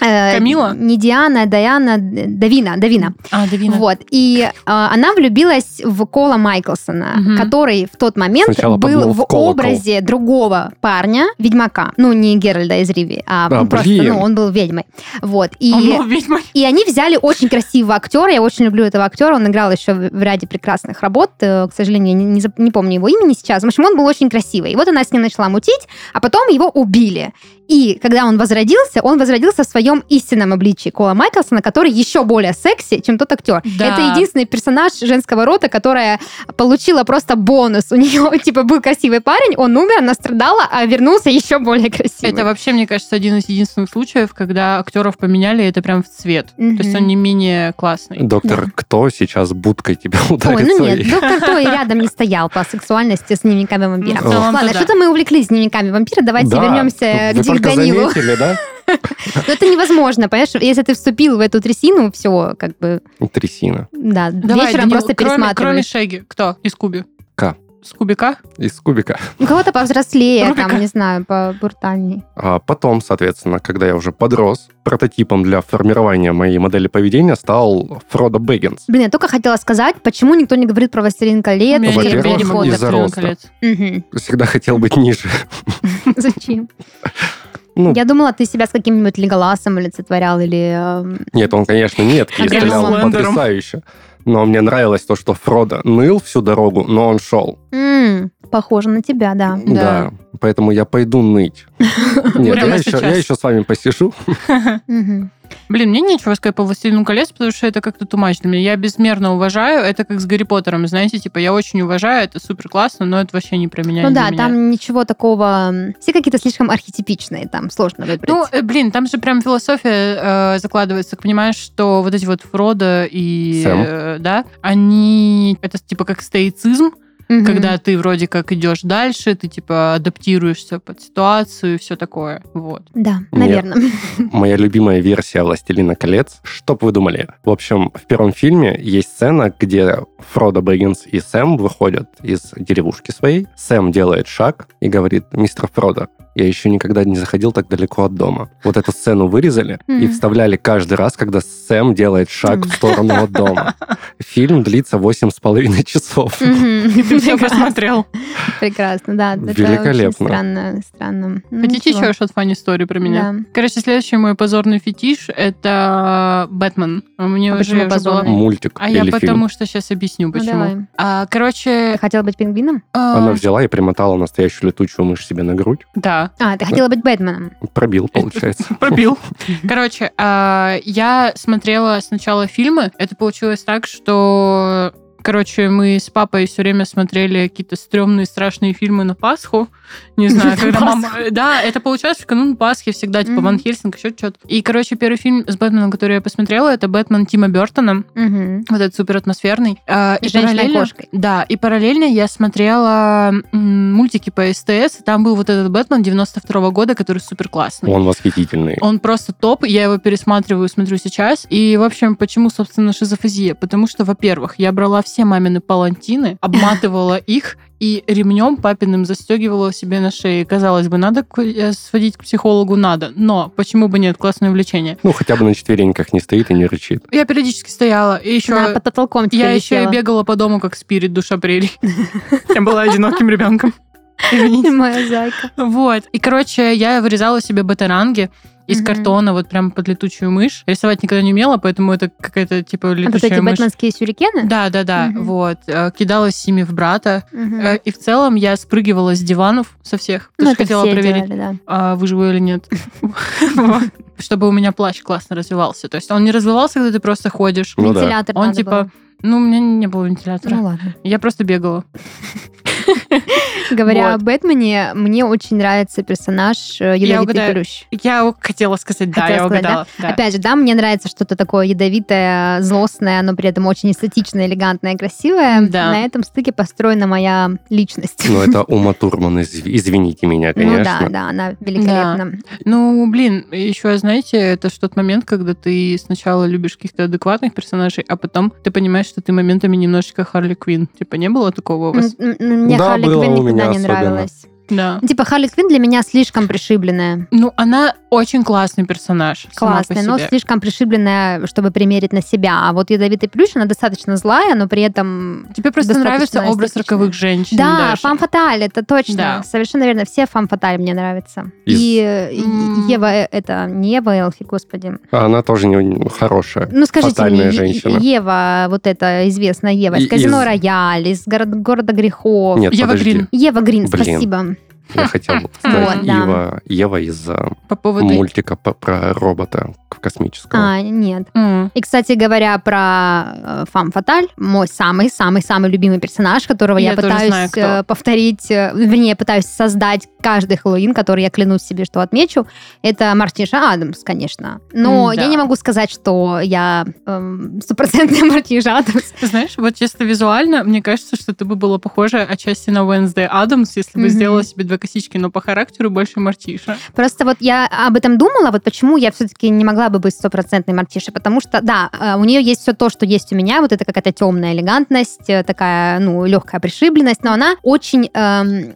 Э, Камила? Не Диана, а Даяна, Д- Давина, Давина. А, Давина. Вот. И э, она влюбилась в Кола Майклсона, Мгм. который в тот момент Сначала был в подумал, в колокол. образе другого парня, ведьмака. Ну, не Геральда из Риви, а Да, ну, просто, блин. ну, он был ведьмой. Вот. И... Он был ведьмой. И они взяли очень красивого актера. Я очень люблю этого актера. Он играл еще в в ряде прекрасных работ. Э, К сожалению, я не, не зап- не помню его имени сейчас. В общем, он был очень красивый. И вот она с ним начала мутить, а потом его убили. И когда он возродился, он возродился в своем истинном обличии Кола Майклсона, который еще более секси, чем тот актер. Да. Это единственный персонаж женского рода, которая получила просто бонус. У нее, типа, был красивый парень, он умер, она страдала, а вернулся еще более красивый. Это вообще, мне кажется, один из единственных случаев, когда актеров поменяли, и это прям в цвет. Мгм. То есть он не менее классный. Доктор, кто сейчас будкой тебя Ой, ударит ну своей? нет, доктор Кто и рядом не стоял по сексуальности с дневниками вампира. Ну, в целом-то Ладно, да. что-то мы увлеклись дневниками вампира, давайте Да, вернемся вы к Ди- только Данилу. заметили, да? Но это невозможно, понимаешь, если ты вступил в эту трясину, все, как бы, Трясина. да, Давай, вечером Данил, просто кроме, кроме пересматриваешь. Шеги, кто из Куби? К. С Кубика? Из кубика. У кого-то повзрослее, Кроме там, как- не знаю, побуртальней. А потом, соответственно, когда я уже подрос, прототипом для формирования моей модели поведения стал Фродо Бэггинс. Блин, я только хотела сказать, почему никто не говорит про «Властелин колец» У меня или нет Во-первых, «Гарри видимо, Поттер». из-за «Властелина роста. колец». Мгм. Всегда хотел быть ниже. Зачем? Ну. Я думала, ты себя с каким-нибудь Леголасом олицетворял или... эм, Нет, он, конечно, нет, и А Гарри стрелял Слендером. потрясающе. Но мне нравилось то, что Фродо ныл всю дорогу, но он шел. м, Похоже на тебя, да. А, Да. Поэтому я пойду ныть. Нет, Прямо я еще, сейчас. я еще с вами посижу. Мгм. Блин, мне нечего сказать по «Властелину колец», потому что это как-то тумач для меня. Я безмерно уважаю. Это как с «Гарри Поттером», знаете, типа я очень уважаю, это супер классно, но это вообще не про меня. Ну не да, для меня. там ничего такого... м, Все какие-то слишком архетипичные, там сложно выбрать. Ну, э, блин, там же прям философия э, закладывается. Понимаешь, что вот эти вот Фродо и... Сэм. э, да, они... Это типа как стоицизм, Мгм. когда ты вроде как идешь дальше, ты типа адаптируешься под ситуацию и все такое. Вот. Да, наверное. Моя любимая версия «Властелина колец». Что бы вы думали? В общем, в первом фильме есть сцена, где Фродо Бэггинс и Сэм выходят из деревушки своей. Сэм делает шаг и говорит, «Мистер Фродо, я еще никогда не заходил так далеко от дома». Вот эту сцену вырезали и Мгм. вставляли каждый раз, когда Сэм делает шаг Мгм. в сторону от дома. Фильм длится восемь с половиной часов. Мгм. Ты все Прекрасно, посмотрел. Прекрасно, да. это Великолепно. очень Странно, странно. Ну, Хотите ничего. еще шот фанни историю про меня? Да. ну Короче, следующий мой позорный фетиш — это э, Бэтмен. Мне А уже почему я уже была- позорный? Мультик А я или фильм. потому что сейчас объясню, Ну, почему. давай. А, Ты короче... хотела быть пингвином? э, Она взяла и примотала настоящую летучую мышь себе на грудь. Да, А, ты хотела быть Бэтменом. Пробил, получается. Пробил. Короче, а, я смотрела сначала фильмы. Это получилось так, что... Короче, мы с папой все время смотрели какие-то стрёмные, страшные фильмы на Пасху. Не знаю, На когда Пасху. мама... Да, это получалось в канун Пасхи всегда, типа Мгм. Ван Хельсинг, еще что-то. И, короче, первый фильм с Бэтменом, который я посмотрела, это Бэтмен Тима Бертона. Мгм. Вот этот супер атмосферный. И женщиной-кошкой. Да, и параллельно я смотрела м, мультики по СТС. и Там был вот этот Бэтмен 92 года, который супер классный. Он восхитительный. Он просто топ, я его пересматриваю, смотрю сейчас. И, в общем, почему, собственно, шизофазия? Потому что, во-первых, я брала все мамины палантины, обматывала их и ремнем папиным застегивала себе на шее. Казалось бы, надо к- э, сводить к психологу, надо. Но почему бы нет, классное увлечение. Ну, хотя бы на четвереньках не стоит и не рычит. Я периодически стояла, и еще... Да, под потолком я теперь еще и висела. бегала по дому, как спирит душ апреля. Я была одиноким ребенком. Ты Извините. моя зайка. А Вот. И, короче, я вырезала себе батаранги из Мгм. картона, вот прям под летучую мышь. Рисовать никогда не умела, поэтому это какая-то, типа, А вот летучая эти мышь. бэтменские сюрикены? Да, да, да, Мгм. вот. Э, Кидалась ими в брата. Мгм. Э, И в целом я спрыгивала с диванов со всех. потому Ну, это что хотела все проверить, делали, да. а, выживу или нет. Вот. Чтобы у меня плащ классно развивался. То есть он не развивался, когда ты просто ходишь. Ну да. Вентилятор Он надо типа было. Ну, у меня не было вентилятора. Ну ладно. Я просто бегала. Говоря Вот. о Бэтмене, мне очень нравится персонаж э, Ядовитый угадаю. Плющ. Я у- хотела сказать, да, Хотела я сказать, А угадала. да. Опять же, да, мне нравится что-то такое ядовитое, злостное, но при этом очень эстетичное, элегантное, красивое. Да. На этом стыке построена моя личность. Ну, это Ума Турман, изв- извините меня, Ну да, конечно. да, она великолепна. Ну, блин, еще, знаете, это ж тот момент, когда ты сначала любишь каких-то адекватных персонажей, а потом ты понимаешь, что ты моментами немножечко Харли Квин. Типа, не было такого у М, вас? м, м, Мне Да, Харли было Квинн у никогда меня не особенно. нравилась. Да. Типа Харли Квинн для меня слишком пришибленная. Ну, она очень классный персонаж. сама по Классная, но себе. слишком пришибленная, чтобы примерить на себя. А вот ядовитый плющ, она достаточно злая, но при этом... Тебе просто достаточно нравится образ эстетичная. роковых женщин. Да, даже. фам фаталь, это точно. Да. Совершенно верно. Все фам фаталь мне нравятся. Из- И, э, и М. Ева, э, это не Ева Элфи, господи. Она тоже не хорошая. Ну, скажите Фатальная мне, Е- женщина. Ева, вот эта известная Ева, из И- казино из- Рояль, из город, города грехов. Нет, Ева подожди. Грин. Ева Грин, Блин. спасибо. Я хотел сказать да. Ева, Ева из э, По поводу... мультика по- про робота к- космического. А, нет. М. И, кстати говоря, про э, Фам Фаталь, мой самый-самый-самый любимый персонаж, которого я, Я тоже пытаюсь знаю, кто. э, повторить, э, вернее, пытаюсь создать каждый Хэллоуин, который я клянусь себе, что отмечу, это Мартиша Адамс, конечно. Но М-да. я не могу сказать, что я эм, стопроцентная Мартиша Адамс. Ты знаешь, вот чисто визуально, мне кажется, что ты бы была похожа отчасти на Wednesday Адамс, если бы Мгм. сделала себе две косички, но по характеру больше Мартиша. Просто вот я об этом думала, вот почему я все-таки не могла бы быть стопроцентной мартишей, потому что, да, э, у нее есть все то, что есть у меня, вот это какая-то темная элегантность, э, такая, ну, легкая пришибленность, но она очень эм,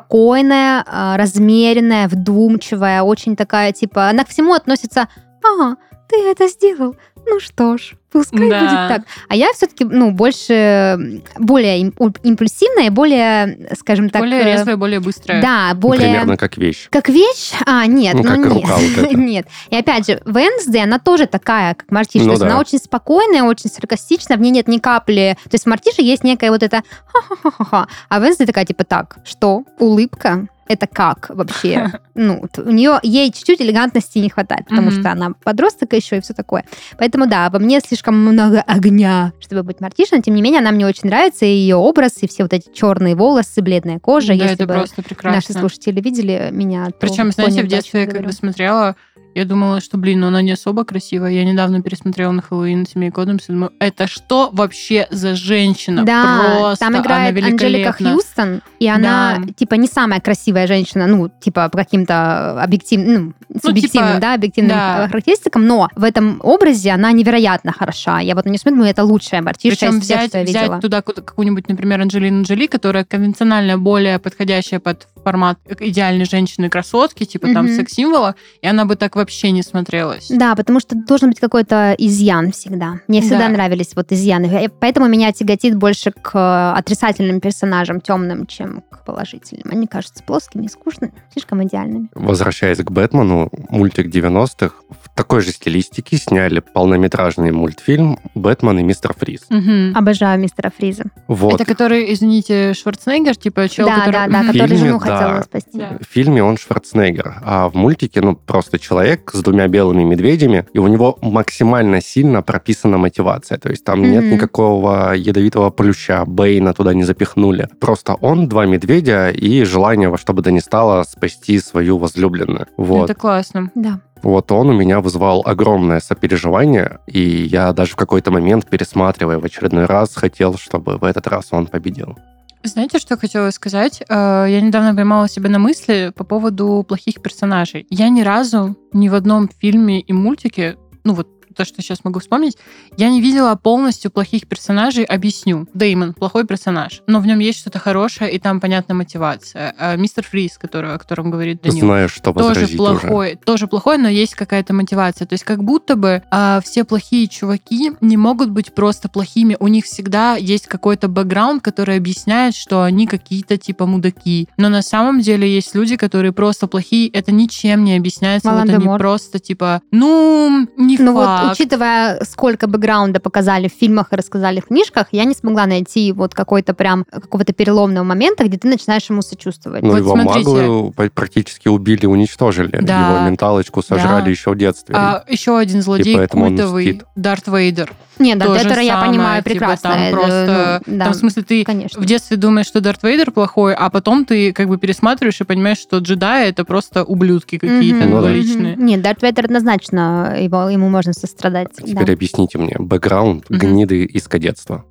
спокойная, э, размеренная, вдумчивая, очень такая, типа, она ко всему относится, а, ты это сделал, ну что ж, пускай Да. будет так. А я все-таки, ну, больше, м, более им- импульсивная, и более, скажем так... более э, резвая, более быстрая. Да, Ну, более... Примерно как вещь. Как вещь? А, нет, Ну, ну, как нет. рука вот эта. нет. И опять же, Венсдей, она тоже такая, как Мартиша. Ну то есть да. она очень спокойная, очень саркастичная, в ней нет ни капли. То есть в Мартише есть некая вот эта ха-ха-ха-ха. А Венсдей такая, типа, так, что? Улыбка? Это как вообще? Ну, т- у нее, ей чуть-чуть элегантности не хватает, потому Мгм. что она подросток еще и все такое. Поэтому, да, во мне слишком много огня, чтобы быть Мартишей, но тем не менее, она мне очень нравится, и ее образ, и все вот эти черные волосы, бледная кожа. Да, если это бы просто наши прекрасно. слушатели видели меня. то Причем, знаете, поняли, в да, о детстве, я чем я когда говорю. смотрела, я думала, что, блин, ну она не особо красивая. Я недавно пересмотрела на Хэллоуин семейку Адамс и думаю, это что вообще за женщина? Да, Просто там играет она Анжелика великолепна. Хьюстон, и она, Да. типа, не самая красивая женщина, ну, типа, по каким-то объективным, ну, субъективным, типа, да, объективным да. э, характеристикам, но в этом образе она невероятно хороша. Я вот на нее смотрю, думаю, это лучшая мартишка Причем из всех, взять, что я взять видела. туда куда- какую-нибудь, например, Анджелину Джоли, которая конвенционально более подходящая под формат идеальной женщины-красотки, типа там Мгм. секс-символа, и она бы так вообще не смотрелась. Да, потому что должен быть какой-то изъян всегда. Мне всегда Да. нравились вот изъяны. Я- Поэтому меня тяготит больше к э, отрицательным персонажам, темным, чем к положительным. Они кажутся плоскими, скучными, слишком идеальными. Возвращаясь к Бэтмену, мультик 90-х, в такой же стилистике сняли полнометражный мультфильм «Бэтмен и мистер Фриз». Мгм. Обожаю мистера Фриза. Вот. Это который, извините, Шварценеггер, типа чел, да, который... да, да, Мгм. который фильме, жену да. хотел спасти. Да. В фильме он Шварценеггер, а в мультике, ну, просто человек с двумя белыми медведями, и у него максимально сильно прописана мотивация. То есть там нет Мгм. никакого ядовитого плюща, Бэйна туда не запихнули. Просто он, два медведя и желание во что бы то ни стало спасти свою возлюбленную. Вот. Это классно. Да. Вот он у меня вызвал огромное сопереживание, и я даже в какой-то момент, пересматривая в очередной раз, хотел, чтобы в этот раз он победил. Знаете, что хотела сказать? Э, Я недавно поймала себя на мысли по поводу плохих персонажей. Я ни разу ни в одном фильме и мультике, ну вот то, что сейчас могу вспомнить, я не видела полностью плохих персонажей. Объясню. Деймон плохой персонаж, но в нем есть что-то хорошее, и там понятна мотивация. Э, Мистер Фриз, который, о котором говорит Данил. Знаю, что Тоже возразить уже. плохой, тоже плохой, но есть какая-то мотивация. То есть как будто бы а, все плохие чуваки не могут быть просто плохими. У них всегда есть какой-то бэкграунд, который объясняет, что они какие-то типа мудаки. Но на самом деле есть люди, которые просто плохие. Это ничем не объясняется. Малан Вот де они Мор. просто типа, ну, не Ну вот, факт. учитывая, сколько бэкграунда показали в фильмах и рассказали в книжках, я не смогла найти вот какой-то прям какого-то переломного момента, где ты начинаешь ему сочувствовать. Ну, Э, Вот его смотрите. маглую п- практически убили, уничтожили. Да. Его менталочку сожрали Да. еще в детстве. А еще один злодей поэтому он культовый мстит. Дарт Вейдер. Нет, да, то же это я самое, понимаю типа, прекрасно. Там Э, просто, ну, да, там, в смысле, ты конечно. в детстве думаешь, что Дарт Вейдер плохой, а потом ты как бы пересматриваешь и понимаешь, что джедаи это просто ублюдки какие-то Мгм. Ну да. двуличные. Мгм. Нет, Дарт Вейдер однозначно, его, ему можно сострадать. да. А Теперь объясните мне, бэкграунд Мгм. гниды из кадетства.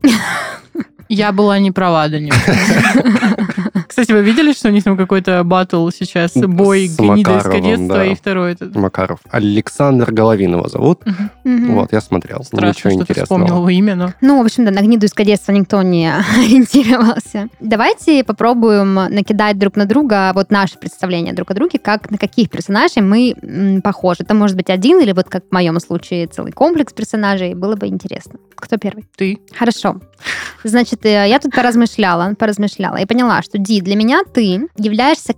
Я была не права до него. Кстати, вы видели, что у них там какой-то баттл сейчас, бой С гнида из Макаровым, кадетства да. и второй этот. Макаров. Александр Головин его зовут. Мгм. Мгм. Вот, я смотрел. Страшно, Ничего что ты вспомнил его интересного. имя, но... Ну, в общем, да, на гниду из кадетства никто не ориентировался. Давайте попробуем накидать друг на друга вот наши представления друг о друге, как на каких персонажей мы м, похожи. Это может быть один или вот как в моем случае целый комплекс персонажей. Было бы интересно. Кто первый? Ты. Хорошо. Значит, э, я тут поразмышляла, поразмышляла и поняла, что, Ди, для меня ты являешься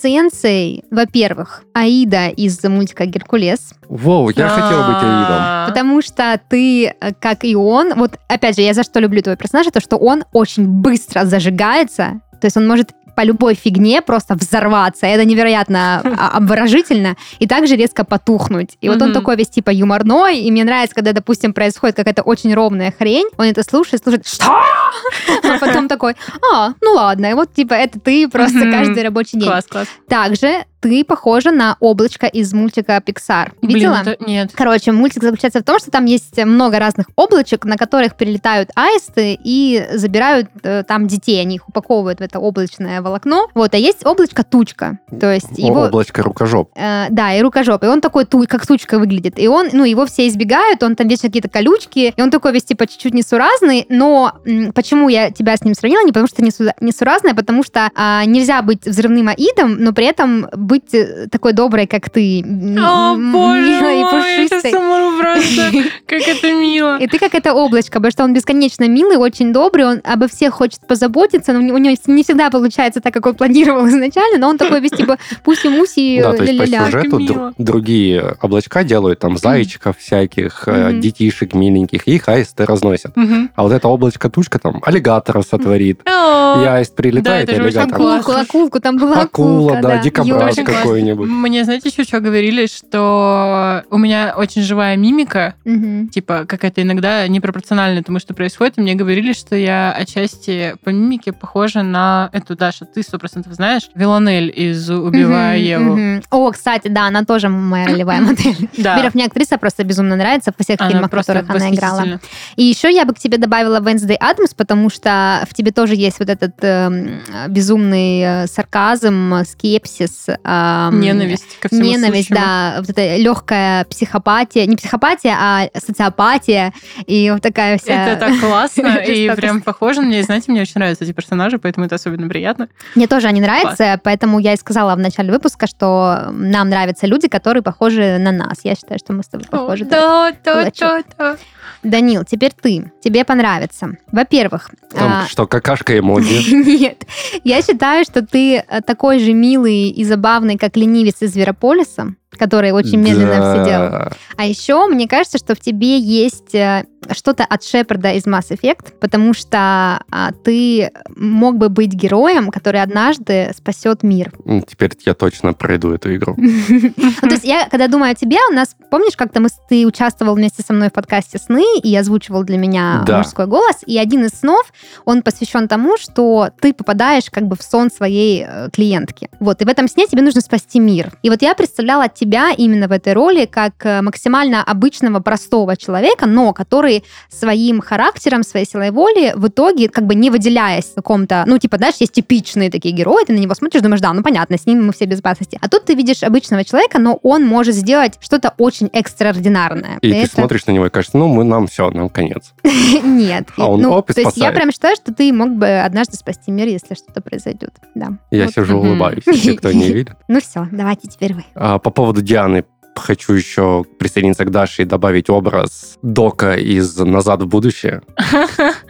квинтэссенцией, во-первых, Аида из мультика «Геркулес», Воу, я хотел быть Аидом. А. потому что ты, э, как и он, вот, опять же, я за что люблю твой персонажа, то, что он очень быстро зажигается, то есть он может по любой фигне просто взорваться. Это невероятно а, обворожительно. И также резко потухнуть. И вот он Мгм. такой весь типа юморной. И мне нравится, когда, допустим, происходит какая-то очень ровная хрень. Он это слушает, слушает, что? А потом такой, а, ну ладно. И вот типа это ты просто Мгм. каждый рабочий день. Класс, класс. Также ты похожа на облачко из мультика Pixar. Видела? Блин, это- Нет. Короче, мультик заключается в том, что там есть много разных облачек, на которых перелетают аисты и забирают э, там детей, они их упаковывают в это облачное волокно. Вот, а есть облачко-тучка, то есть его... Облачко рукожоп. э, да, и рукожоп. И он такой, ту- как тучка выглядит. И он, ну, его все избегают, он там вечно какие-то колючки, и он такой весь, типа, чуть-чуть несуразный. Но м, почему я тебя с ним сравнила? Не потому что ты несу- несуразная, а потому что а, нельзя быть взрывным аидом, но при этом быть э, такой доброй, как ты. м, О, м, боже милой и мой, это пушистой. самому просто, как это мило. И ты как это облачко, потому что он бесконечно милый, очень добрый, он обо всех хочет позаботиться, но у него- у него не всегда получается так, как он планировал изначально, но он такой весь типа пуси-муси, Да, то есть по ля-ля-ля. сюжету Как дру- мило. другие облачка делают, там, зайчиков всяких, э, Мгм. детишек миленьких, их аисты разносят. Мгм. А вот это облачко-тучка там аллигатора сотворит. И О, аист прилетает, Да, и это же очень аллигатор. классно. Акулку, акулку, там была Акула, акулка, да, дикобраз Очень классно. какой-нибудь. Мне, знаете, еще что говорили, что у меня очень живая мимика, Мгм. типа какая-то иногда непропорциональная тому, что происходит. И мне говорили, что я отчасти по мимике похожа на эту, Даша, ты сто процентов знаешь, Вилонель из «Убивая Мгм, Еву». мгм. О, кстати, да, она тоже моя ролевая модель. Да, Во-первых, мне актриса просто безумно нравится во всех она фильмах, в просто которых она играла. восхитительна. И еще я бы к тебе добавила Wednesday Адамс, потому что в тебе тоже есть вот этот эм, безумный э, сарказм, э, скепсис. эм, Ненависть ко всему Ненависть, сущему. да, вот эта легкая психопатия, не психопатия, а социопатия, и вот такая вся... Это так классно и жестокость. прям похоже на меня. Знаете, мне очень нравятся эти персонажи, поэтому это особенно приятно. Мне тоже они нравятся, поэтому я и сказала в начале выпуска, что нам нравятся люди, которые похожи на нас. Я считаю, что мы с тобой похожи. Да, да, да, Кулачок. да. Данил, теперь ты. Тебе понравится. Во-первых... а, Там что, какашка эмодзи. Нет, я считаю, что ты э, такой же милый и забавный, как ленивец из Зверополиса, который очень медленно все делал. Да. А еще мне кажется, что в тебе есть э, что-то от Шепарда из Mass Effect, потому что а, ты мог бы быть героем, который однажды спасет мир. Ну, Теперь я точно пройду эту игру. Ну, то есть я, когда думаю о тебе, у нас, помнишь, как-то мы, с- ты участвовал вместе со мной в подкасте «Сны», и озвучивал для меня Да. мужской голос, и один из снов, он посвящен тому, что ты попадаешь как бы в сон своей э, клиентки. Вот, и в этом сне тебе нужно спасти мир. И вот я представляла тебя именно в этой роли как э, максимально обычного, простого человека, но который своим характером, своей силой воли в итоге как бы не выделяясь в каком-то, ну, типа, знаешь, есть типичные такие герои, ты на него смотришь, думаешь, да, ну, понятно, с ним мы все в безопасности. А тут ты видишь обычного человека, но он может сделать что-то очень экстраординарное. И ты Это- смотришь на него и кажется, ну, мы нам все, нам конец. Нет. А он, ну, оп, и то есть я спасает. прям считаю, что ты мог бы однажды спасти мир, если что-то произойдет. Да. Я Вот. сижу, мгм. улыбаюсь, если кто не видит. Ну все, давайте теперь вы. А, По поводу Дианы хочу еще присоединиться к Даше и добавить образ Дока из «Назад в будущее»,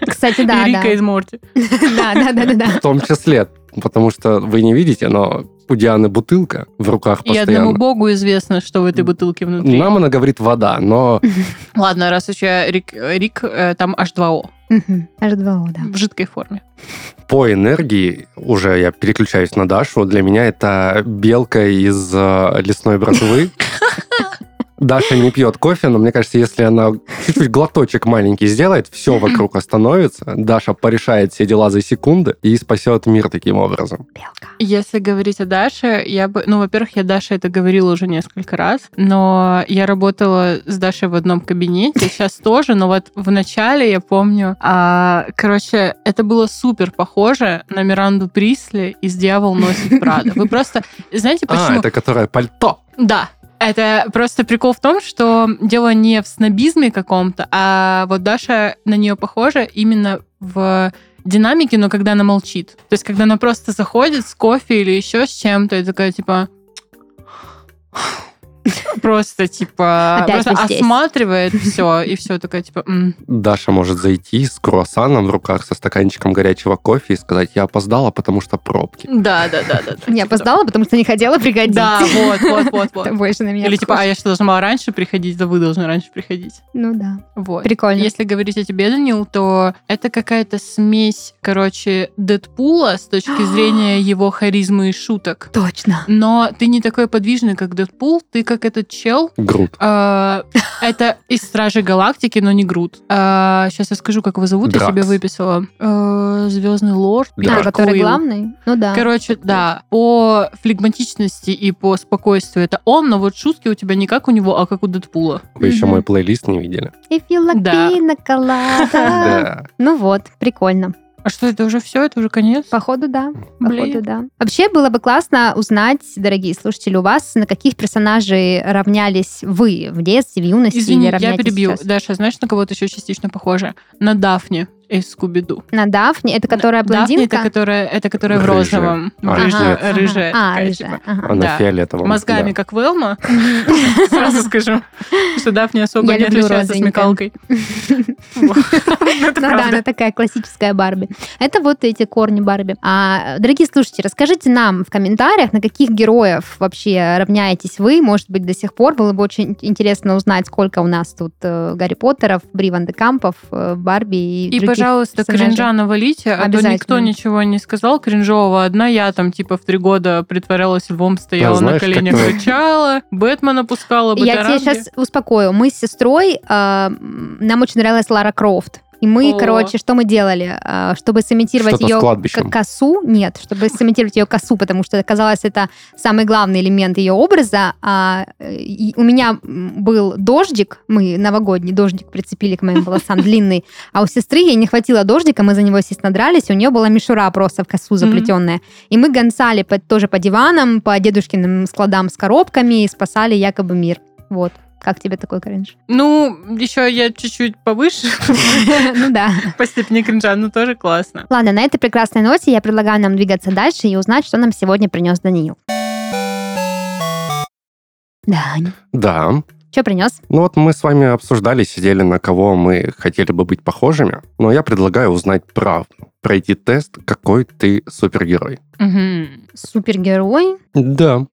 Кстати, да, И да. Рика из Морти. Да, да, да, да, да. в том числе, потому что вы не видите, но у Дианы бутылка в руках И одному постоянно. богу известно, что в этой бутылке внутри. Нам она говорит вода, но Ладно, раз уж я Рик, Рик, э, там H2O Мгм. H2O, да. в жидкой форме. по энергии уже я переключаюсь на Дашу. Для меня это белка из э, лесной братвы. Даша не пьет кофе, но мне кажется, если она чуть-чуть глоточек маленький сделает, все вокруг остановится. Даша порешает все дела за секунды и спасет мир таким образом. Белка. Если говорить о Даше, я бы... Ну, во-первых, я Даше это говорила уже несколько раз, но я работала с Дашей в одном кабинете, сейчас тоже, но вот в начале я помню... а, короче, это было супер похоже на Миранду Присли из «Дьявол носит Прада». Вы просто... Знаете, А, почему? это которая пальто. Да. Это просто прикол в том, что дело не в снобизме каком-то, а вот Даша на нее похожа именно в динамике, но когда она молчит. То есть, когда она просто заходит с кофе или еще с чем-то, и такая, типа... Просто, типа, Опять просто мы здесь. осматривает все, и все такая, типа, «М, Даша может зайти с круассаном в руках, со стаканчиком горячего кофе и сказать, я опоздала, потому что пробки. да, да, да, да. да». Я опоздала, потому что не хотела пригодиться. Да, вот, вот, вот, Это вот. больше на меня Или типа, а похоже. я что, должна была раньше приходить, да вы должны раньше приходить. а Ну да, Вот. прикольно. А Если говорить о тебе, Данил, то это какая-то смесь, короче, Дэдпула с точки зрения его харизмы и шуток. Точно. Но ты не такой подвижный, как Дэдпул, ты как этот чел. Грут. э, Это из Стражей Галактики, но не Грут. Сейчас я скажу, как его зовут, я Дракс. себе выписала. Э, Звездный лорд. Да. А, который Куилл. главный? Ну да. Короче, да, по флегматичности и по спокойствию это он, но вот шутки у тебя не как у него, а как у Дэдпула. Вы еще Мгм. мой плейлист не видели. If you like Да. pina colada. Да. Ну вот, прикольно. А что, это уже все? Это уже конец? Походу, да. Блин. Походу, да. Вообще было бы классно узнать, дорогие слушатели, у вас на каких персонажей равнялись вы в детстве, в юности Извини, или я равняетесь перебью. сейчас? Даша, знаешь, на кого-то еще частично похожа? На Дафни из Скуби-Ду. На Дафне, это которая Дафни, это А блондинка? которая, это которая в Рыжая. розовом. А, Рыжая. рыжая. рыжая такая, Ага, ага. А, рыжая. типа. ага. Она Да. фиолетовая. Мозгами, Да. как Велма. Сразу скажу, что Дафни особо Я не люблю отличается розовенькое. смекалкой. Вот. Это Ну да, правда. она такая классическая Барби. Это вот эти корни Барби. А, дорогие слушатели, расскажите нам в комментариях, на каких героев вообще равняетесь вы, может быть, до сих пор. Было бы очень интересно узнать, сколько у нас тут э, Гарри Поттеров, Бриван де Кампов, э, Барби и, И, других. пожалуйста, персонажей. кринжа навалите, а то Обязательно. никто ничего не сказал кринжового. Одна я там типа в три года притворялась львом, стояла на знаешь, коленях, как-то- рычала, Бэтмена пускала, Я тебя бытаранги. сейчас успокою. Мы с сестрой, э, м, нам очень нравилась Лара Крофт. И мы, О. короче, что мы делали? Э, Чтобы сымитировать Что-то с ее кладбищем. к- косу, нет, чтобы сымитировать ее косу, потому что, казалось, это самый главный элемент ее образа. А, э, и у меня м, был дождик, мы новогодний дождик прицепили к моим волосам, длинный, а у сестры ей не хватило дождика, мы за него, естественно, дрались, и у нее была мишура просто в косу заплетенная. И мы гонцали по- тоже по диванам, по дедушкиным складам с коробками и спасали якобы мир. Вот. Как тебе такой кринж? Ну, еще я чуть-чуть повыше Ну да. по степени кринжа, но тоже классно. Ладно, на этой прекрасной ноте я предлагаю нам двигаться дальше и узнать, что нам сегодня принес Даниил. Дань, Да. что принес? Ну вот мы с вами обсуждали, сидели на кого мы хотели бы быть похожими, но я предлагаю узнать правду, пройти тест, какой ты супергерой. Супергерой. Да.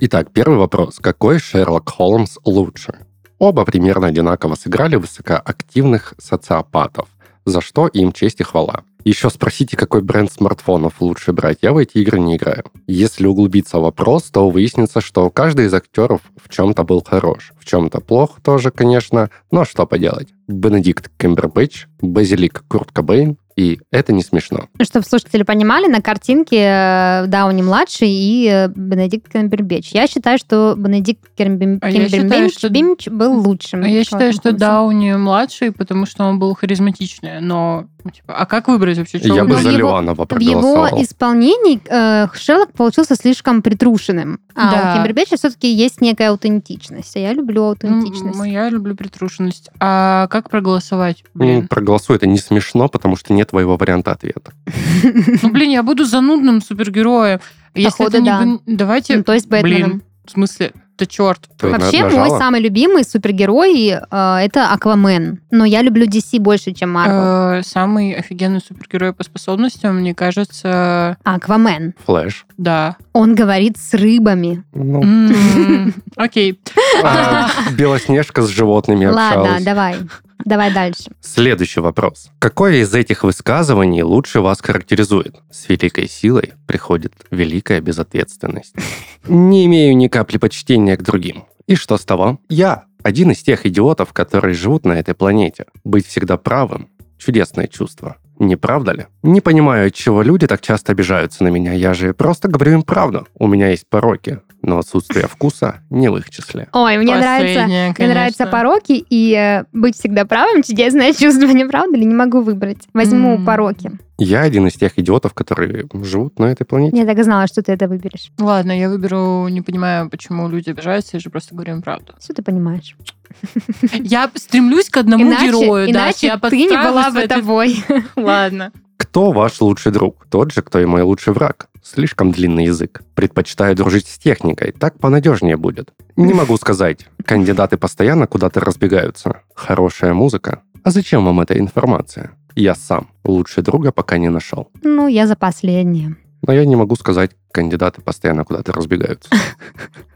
Итак, первый вопрос. Какой Шерлок Холмс лучше? Оба примерно одинаково сыграли высокоактивных социопатов, за что им честь и хвала. Еще спросите, какой бренд смартфонов лучше брать. Я в эти игры не играю. Если углубиться в вопрос, то выяснится, что каждый из актеров в чем-то был хорош. В чем-то плох тоже, конечно, но что поделать. Бенедикт Кембербэтч, Базилик Курт Кобейн, и это не смешно. Ну, Чтобы слушатели понимали, на картинке э, Дауни-младший и э, Бенедикт Кембербич. Я считаю, что Бенедикт Кембербич А я считаю, что- А был лучшим. Ну, Я считаю, человеком что Холмсом. Дауни младший, потому что он был харизматичный, но ну, типа, а как выбрать вообще, что Я бы Ну, за его- Ливанова В его проголосовал. исполнении э, Шерлок получился слишком притрушенным. А Да. у Кембербэтча все-таки есть некая аутентичность. А я люблю аутентичность. Ну, Я люблю притрушенность. А как проголосовать? Ну, Блин. проголосуй, это не смешно, потому что нет твоего варианта ответа. Ну, блин, я буду занудным супергероем. Если Походу, это не да. бен- Давайте... Ну, то есть Бэтменом. Блин, в смысле? Да черт. Ты на- Вообще, мой нажала? самый любимый супергерой э, это Аквамен. Но я люблю DC больше, чем Marvel. Э, Самый офигенный супергерой по способностям, мне кажется, А Аквамен. Флэш. да. Он говорит с рыбами. Ну, М, Окей. а, Белоснежка с животными Ладно, общалась. давай. Давай дальше. Следующий вопрос. Какое из этих высказываний лучше вас характеризует? С великой силой приходит великая безответственность. Не имею ни капли почтения к другим. И что с того? Я один из тех идиотов, которые живут на этой планете. Быть всегда правым – чудесное чувство. Не правда ли? Не понимаю, от чего люди так часто обижаются на меня. Я же просто говорю им правду. У меня есть пороки, но отсутствие вкуса не в их числе. Ой, мне нравится. Мне нравятся пороки и э, быть всегда правым чудесное чувство, не правда ли? Не могу выбрать. Возьму М. пороки. Я один из тех идиотов, которые живут на этой планете. Я так и знала, что ты это выберешь. Ладно, я выберу, не понимаю, почему люди обижаются, я же просто говорю им правду. Что ты понимаешь? Я стремлюсь к одному иначе герою, да. иначе ты не была бы тобой. Ладно. Кто ваш лучший друг? Тот же, кто и мой лучший враг. Слишком длинный язык. Предпочитаю дружить с техникой, так понадежнее будет. Не могу сказать. Кандидаты постоянно куда-то разбегаются. Хорошая музыка. А зачем вам эта информация? Я сам лучше друга пока не нашел. Ну, я за последнее. Но я не могу сказать, кандидаты постоянно куда-то разбегаются.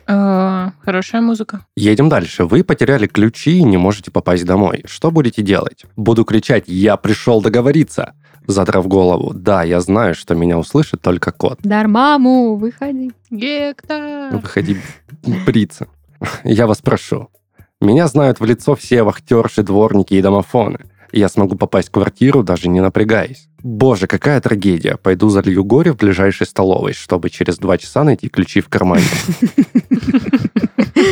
Э, Хорошая музыка. Едем дальше. Вы потеряли ключи и не можете попасть домой. Что будете делать? Буду кричать «Я пришел договориться!» Задрав голову. Да, я знаю, что меня услышит только кот. Дар маму, выходи. Гектор. Выходи бриться. Я вас прошу. Меня знают в лицо все вахтерши, дворники и домофоны. Я смогу попасть в квартиру, даже не напрягаясь. Боже, какая трагедия. Пойду залью горе в ближайшей столовой, чтобы через два часа найти ключи в кармане.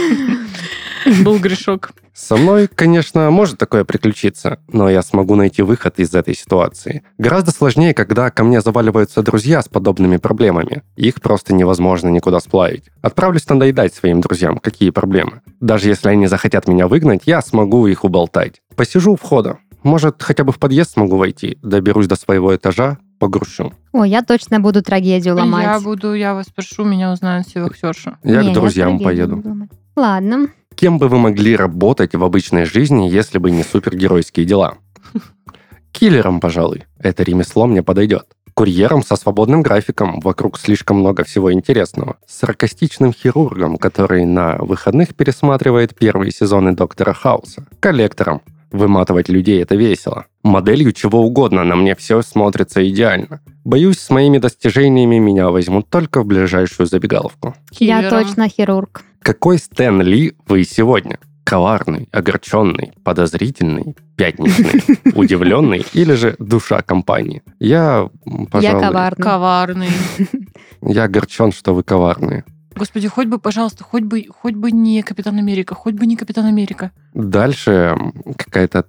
Был грешок. Со мной, конечно, может такое приключиться, но я смогу найти выход из этой ситуации. Гораздо сложнее, когда ко мне заваливаются друзья с подобными проблемами. Их просто невозможно никуда сплавить. Отправлюсь надоедать своим друзьям, какие проблемы. Даже если они захотят меня выгнать, я смогу их уболтать. Посижу у входа. Может, хотя бы в подъезд смогу войти, доберусь до своего этажа, погрущу. Ой, я точно буду трагедию ломать. Я буду, я вас прошу, меня узнают все вахтерши. Я Не, к друзьям трагедию поеду. буду ломать. Ладно. Кем бы вы могли работать в обычной жизни, если бы не супергеройские дела? Киллером, пожалуй. Это ремесло мне подойдет. Курьером со свободным графиком, вокруг слишком много всего интересного. Саркастичным хирургом, который на выходных пересматривает первые сезоны Доктора Хауса. Коллектором. Выматывать людей это весело. Моделью чего угодно, на мне все смотрится идеально. Боюсь, с моими достижениями меня возьмут только в ближайшую забегаловку. Я Киллером. точно хирург. Какой Стэн Ли вы сегодня? Коварный, огорченный, подозрительный, пятничный, удивленный или же душа компании? Я, м, пожалуй, Я коварный. Коварный. я огорчен, что вы коварные. Господи, хоть бы, пожалуйста, хоть бы, хоть бы не Капитан Америка, хоть бы не Капитан Америка. Дальше м, какая-то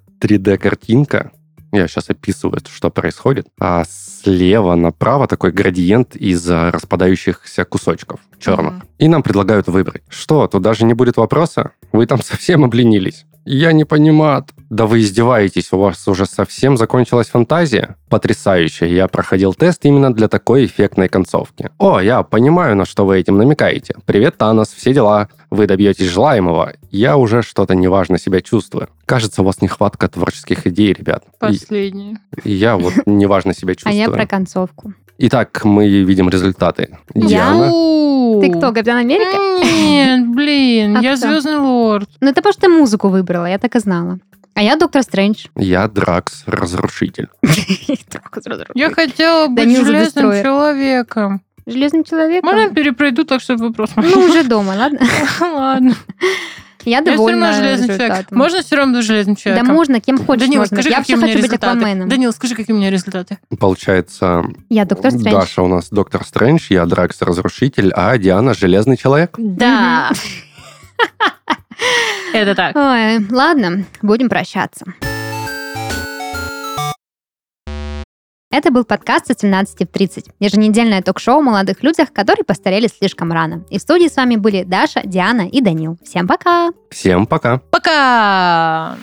3D-картинка. Я сейчас описываю, что происходит. А слева направо такой градиент из э, распадающихся кусочков черных. Мгм. И нам предлагают выбрать. Что, тут даже не будет вопроса? Вы там совсем обленились. Я не понимаю. Да вы издеваетесь, у вас уже совсем закончилась фантазия? Потрясающе, я проходил тест именно для такой эффектной концовки. О, я понимаю, на что вы этим намекаете. Привет, Танос, все дела. Вы добьетесь желаемого. Я уже что-то неважно себя чувствую. Кажется, у вас нехватка творческих идей, ребят. И- Последний. И, я вот неважно себя А чувствую. я про концовку. Итак, мы видим результаты. Я? Диана, Ты кто, Капитан Америка? Нет, блин, А я кто? Звездный Лорд. Ну, это потому что ты музыку выбрала, я так и знала. А я Доктор Стрэндж. я Дракс, разрушитель. Я хотела быть Данил железным Задестройер. человеком. Железный человек. Можно перепройду, так что вопрос. Ну, уже дома, ладно? Ладно. Я Я все равно довольна железный человек. результатом. Можно все равно быть железным Да человеком? можно, кем хочешь Данил, можно. скажи, Я какие все у меня хочу быть результаты. Акваменом. Данил, скажи, какие у меня результаты. Получается, Я Доктор Стрэндж. Даша у нас Доктор Стрэндж, я Дракс Разрушитель, а Диана Железный Человек. Да. Это так. Ой, ладно, будем прощаться. Это был подкаст со 17 в 30. Еженедельное ток-шоу о молодых людях, которые постарели слишком рано. И в студии с вами были Даша, Диана и Данил. Всем пока! Всем пока! Пока!